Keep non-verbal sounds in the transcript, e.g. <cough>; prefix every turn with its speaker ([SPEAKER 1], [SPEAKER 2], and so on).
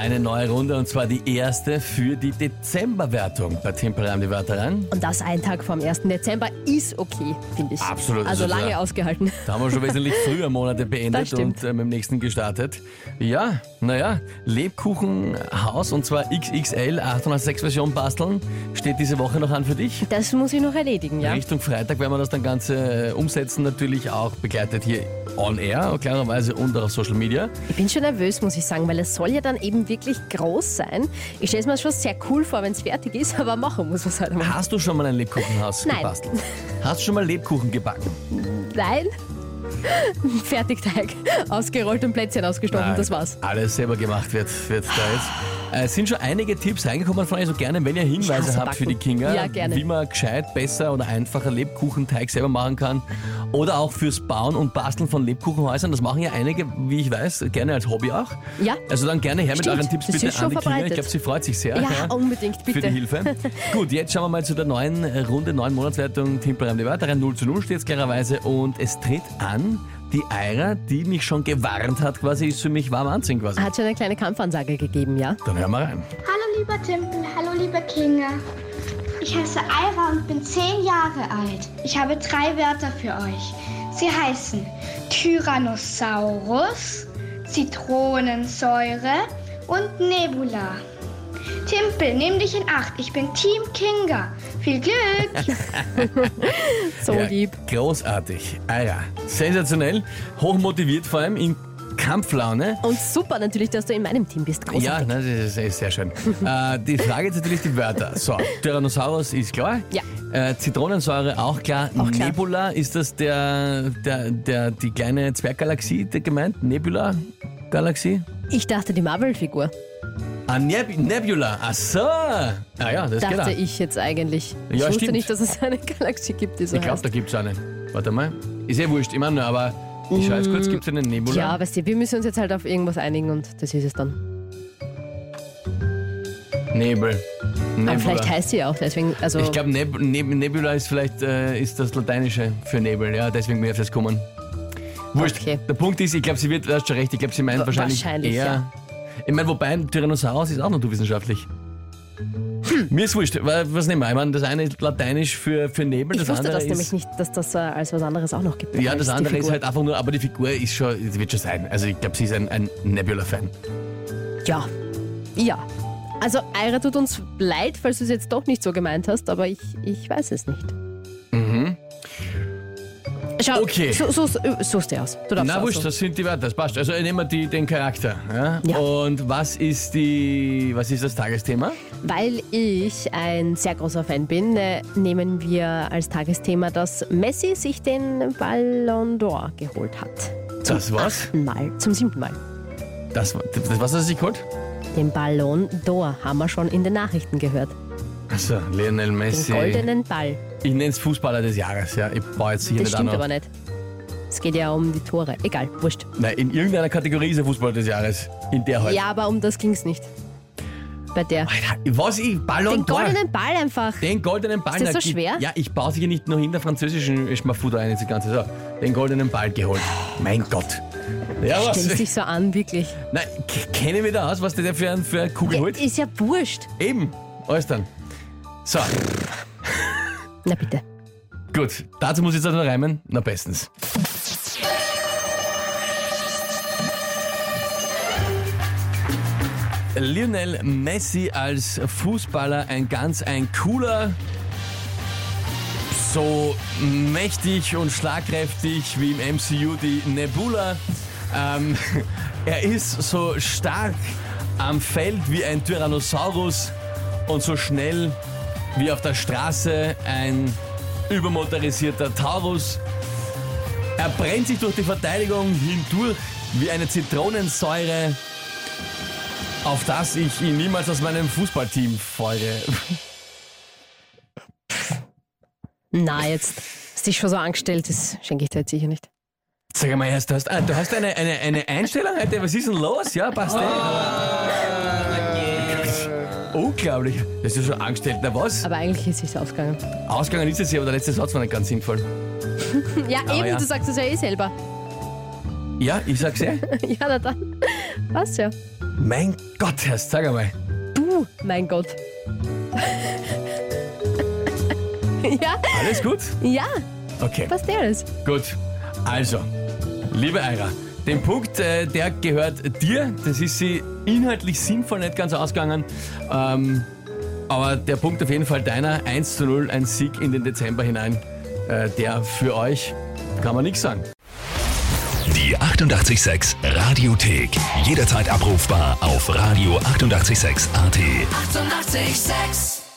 [SPEAKER 1] Eine neue Runde und zwar die erste für die Dezemberwertung bei Tempelreim die Wörter rein.
[SPEAKER 2] Und das ein Tag vor dem 1. Dezember ist okay, finde ich.
[SPEAKER 1] Absolut,
[SPEAKER 2] Also
[SPEAKER 1] das ist
[SPEAKER 2] lange
[SPEAKER 1] ja-
[SPEAKER 2] ausgehalten.
[SPEAKER 1] Da haben wir schon
[SPEAKER 2] <laughs>
[SPEAKER 1] wesentlich früher Monate
[SPEAKER 2] Das
[SPEAKER 1] beendet
[SPEAKER 2] stimmt.
[SPEAKER 1] und äh, mit dem nächsten gestartet. Ja, naja, Lebkuchenhaus und zwar XXL 806 Version basteln steht diese Woche noch an für dich.
[SPEAKER 2] Das muss ich noch erledigen, ja.
[SPEAKER 1] Richtung Freitag werden wir das dann Ganze äh, umsetzen, natürlich auch begleitet hier on air, klarerweise und auch auf Social Media.
[SPEAKER 2] Ich bin schon nervös, muss ich sagen, weil es soll ja dann eben wirklich groß sein. Ich stelle es mir schon sehr cool vor, wenn es fertig ist, aber machen muss man es halt einmal.
[SPEAKER 1] Hast du schon mal ein Lebkuchenhaus
[SPEAKER 2] Nein.
[SPEAKER 1] gebastelt? Hast du schon mal Lebkuchen gebacken?
[SPEAKER 2] Nein. <laughs> Fertigteig. Ausgerollt und Plätzchen ausgestochen,
[SPEAKER 1] Nein,
[SPEAKER 2] das war's.
[SPEAKER 1] Alles selber gemacht wird, wird da jetzt. Äh, Es sind schon einige Tipps reingekommen, von euch, also gerne, wenn ihr
[SPEAKER 2] Ich
[SPEAKER 1] Hinweise
[SPEAKER 2] hasse
[SPEAKER 1] habt für die
[SPEAKER 2] Backen.
[SPEAKER 1] Kinder,
[SPEAKER 2] Ja, gerne.
[SPEAKER 1] wie man gescheit, besser oder einfacher Lebkuchenteig selber machen kann. Oder auch fürs Bauen und Basteln von Lebkuchenhäusern. Das machen ja einige, wie ich weiß, gerne als Hobby auch.
[SPEAKER 2] Ja.
[SPEAKER 1] Also dann gerne her mit
[SPEAKER 2] Stimmt,
[SPEAKER 1] euren Tipps
[SPEAKER 2] das
[SPEAKER 1] bitte
[SPEAKER 2] ist schon
[SPEAKER 1] an die Kinder. Ich
[SPEAKER 2] verbreitet.
[SPEAKER 1] glaube, sie freut sich sehr.
[SPEAKER 2] Ja, oh unbedingt,
[SPEAKER 1] Für
[SPEAKER 2] bitte.
[SPEAKER 1] die
[SPEAKER 2] <laughs>
[SPEAKER 1] Hilfe. Gut, jetzt schauen wir mal zu der neuen äh, Runde, neuen Monatswertung Timpelreim die Wörter. rein. 0 zu 0 steht es klarerweise und es tritt an. Die Eira, die mich schon gewarnt hat, quasi, ist für mich warm anziehen quasi.
[SPEAKER 2] Hat schon eine kleine Kampfansage gegeben, ja.
[SPEAKER 1] Dann hören wir rein.
[SPEAKER 3] Hallo lieber Timpel, hallo liebe Kinga. Ich heiße Aira und bin zehn Jahre alt. Ich habe drei Wörter für euch. Sie heißen Tyrannosaurus, Zitronensäure und Nebula. Timpel, nimm dich in Acht. Ich bin Team Kinga. Viel Glück!
[SPEAKER 2] So
[SPEAKER 1] Ja,
[SPEAKER 2] Oh, lieb.
[SPEAKER 1] Großartig. Eira, sensationell, hochmotiviert vor allem in Kampflaune.
[SPEAKER 2] Und super natürlich, dass du in meinem Team bist. Großartig.
[SPEAKER 1] Ja, ne, das ist, ist sehr schön. <laughs> äh, die Frage ist natürlich die Wörter. So, Tyrannosaurus ist klar.
[SPEAKER 2] Ja.
[SPEAKER 1] Äh, Zitronensäure auch klar.
[SPEAKER 2] Auch klar.
[SPEAKER 1] Nebula, ist das der, der, der, die kleine Zwerggalaxie die gemeint? Nebula-Galaxie?
[SPEAKER 2] Ich dachte, die Marvel-Figur.
[SPEAKER 1] Ah, Neb Nebula, ach so. Ah ja, das geht auch.
[SPEAKER 2] Dachte ich jetzt eigentlich.
[SPEAKER 1] Ja,
[SPEAKER 2] ich wusste
[SPEAKER 1] stimmt.
[SPEAKER 2] nicht, dass es eine Galaxie gibt, die so
[SPEAKER 1] Ich glaube,
[SPEAKER 2] heißt.
[SPEAKER 1] da gibt es eine. Warte mal. Ist ja wurscht, immer nur, aber ich schaue jetzt kurz, gibt es eine Nebula?
[SPEAKER 2] Ja, weißt du, wir müssen uns jetzt halt auf irgendwas einigen und das ist es dann.
[SPEAKER 1] Nebel. Nebula.
[SPEAKER 2] Aber vielleicht heißt sie ja auch deswegen, also
[SPEAKER 1] ich glaube, Neb Neb Nebula ist vielleicht äh, ist das Lateinische für Nebel, ja, deswegen bin ich auf das kommen. Wurscht.
[SPEAKER 2] Okay.
[SPEAKER 1] Der Punkt ist, ich glaube, sie wird, du hast schon recht, ich glaube, sie meint
[SPEAKER 2] Wa-
[SPEAKER 1] wahrscheinlich,
[SPEAKER 2] wahrscheinlich,
[SPEAKER 1] eher.
[SPEAKER 2] ja.
[SPEAKER 1] Ich meine, wobei ein Tyrannosaurus ist auch naturwissenschaftlich.
[SPEAKER 2] Hm.
[SPEAKER 1] Mir ist wurscht, wa- was nehmen wir? Ich meine, das eine ist lateinisch für, für Nebel,
[SPEAKER 2] ich
[SPEAKER 1] das
[SPEAKER 2] wusste
[SPEAKER 1] andere
[SPEAKER 2] das
[SPEAKER 1] ist.
[SPEAKER 2] nämlich nicht, dass das äh, als was anderes auch noch gibt.
[SPEAKER 1] Ja,
[SPEAKER 2] als
[SPEAKER 1] das
[SPEAKER 2] die
[SPEAKER 1] andere ist
[SPEAKER 2] Figur.
[SPEAKER 1] halt einfach nur, aber die Figur ist schon, es wird schon sein. Also ich glaube, sie ist ein, ein Nebula-Fan. halt
[SPEAKER 2] Ja. Ja. Also, Aira tut uns leid, falls du es jetzt doch nicht so gemeint hast, aber ich, ich weiß es nicht. Mhm. Schau,
[SPEAKER 1] Okay.
[SPEAKER 2] so, so, so dir aus. Du darfst
[SPEAKER 1] Na
[SPEAKER 2] auch
[SPEAKER 1] wurscht,
[SPEAKER 2] so.
[SPEAKER 1] das sind die Wörter, das passt. Also nehmen wir die, den Charakter. Ja?
[SPEAKER 2] Ja.
[SPEAKER 1] Und was ist die, was ist das Tagesthema?
[SPEAKER 2] Weil ich ein sehr großer Fan bin, äh, nehmen wir als Tagesthema, dass Messi sich den Ballon d'Or geholt hat.
[SPEAKER 1] Das was?
[SPEAKER 2] Mal, zum siebten Mal.
[SPEAKER 1] Das, das was hat er sich geholt?
[SPEAKER 2] Den Ballon d'Or haben wir schon in den Nachrichten gehört.
[SPEAKER 1] Also Lionel
[SPEAKER 2] Den
[SPEAKER 1] Messi.
[SPEAKER 2] goldenen Ball.
[SPEAKER 1] Ich nenne es Fußballer des Jahres, ja. Ich baue jetzt sicher
[SPEAKER 2] Das
[SPEAKER 1] nicht an.
[SPEAKER 2] stimmt aber nicht. Es geht ja um die Tore. Egal, wurscht.
[SPEAKER 1] Nein, in irgendeiner Kategorie ist er Fußballer des Jahres. In der heute.
[SPEAKER 2] Ja, aber um das ging's nicht. Bei der.
[SPEAKER 1] Alter, was ich? Ballon
[SPEAKER 2] Den
[SPEAKER 1] d'Or.
[SPEAKER 2] goldenen Ball einfach.
[SPEAKER 1] Den goldenen Ball.
[SPEAKER 2] Ist das
[SPEAKER 1] na,
[SPEAKER 2] so
[SPEAKER 1] ich-
[SPEAKER 2] schwer?
[SPEAKER 1] Ja, ich baue sicher nicht nur hinter französischen Schmafuder ein, das Ganze. So, den goldenen Ball geholt. Mein Gott. Ja, was?
[SPEAKER 2] Stellst dich so an, wirklich.
[SPEAKER 1] Nein, k- kenne mich da aus, was der da für, ein, für eine Kugel
[SPEAKER 2] Ja,
[SPEAKER 1] holt.
[SPEAKER 2] ist ja wurscht.
[SPEAKER 1] Eben, alles dann. So,
[SPEAKER 2] Na bitte.
[SPEAKER 1] gut. Dazu muss ich jetzt noch reimen. Na bestens. Lionel Messi als Fußballer ein ganz ein cooler, so mächtig und schlagkräftig wie im MCU die Nebula. Ähm, <laughs> er ist so stark am Feld wie ein Tyrannosaurus und so schnell wie auf der Straße ein übermotorisierter Taurus. Er brennt sich durch die Verteidigung hindurch wie eine Zitronensäure, auf das ich ihn niemals aus meinem Fußballteam feuere.
[SPEAKER 2] Na, jetzt. Hast dich schon so angestellt, das schenke ich dir jetzt sicher nicht.
[SPEAKER 1] Sag mal, hast, du hast, ah, du hast eine, eine, Oh, eine Einstellung heute, was ist denn los? Ja, passt eh. Unglaublich. Das ist ja schon angestellt. Na was?
[SPEAKER 2] Aber eigentlich ist
[SPEAKER 1] <laughs>
[SPEAKER 2] es ausgegangen.
[SPEAKER 1] Ausgegangen ist es ja, aber der letzte Satz war nicht ganz sinnvoll.
[SPEAKER 2] Ja, eben,
[SPEAKER 1] ja.
[SPEAKER 2] du sagst es ja eh selber. <laughs>
[SPEAKER 1] Ja, ich sag's eh. ja.
[SPEAKER 2] Ja, na dann. Was ja.
[SPEAKER 1] mein Gott, Herst, sag einmal.
[SPEAKER 2] Buh, mein Gott. <laughs> ja,
[SPEAKER 1] Alles gut?
[SPEAKER 2] ja,
[SPEAKER 1] Okay.
[SPEAKER 2] passt ja alles.
[SPEAKER 1] Gut, also, liebe Eira, den Punkt, äh, der gehört dir. Das ist sie inhaltlich sinnvoll nicht ganz ausgegangen. Ähm, aber der Punkt auf jeden Fall deiner. 1 zu 0, ein Sieg in den Dezember hinein. Äh, der für euch, kann man nichts sagen.
[SPEAKER 4] Die 886 Radiothek. Jederzeit abrufbar auf radio886.at. 886! 886.
[SPEAKER 5] 886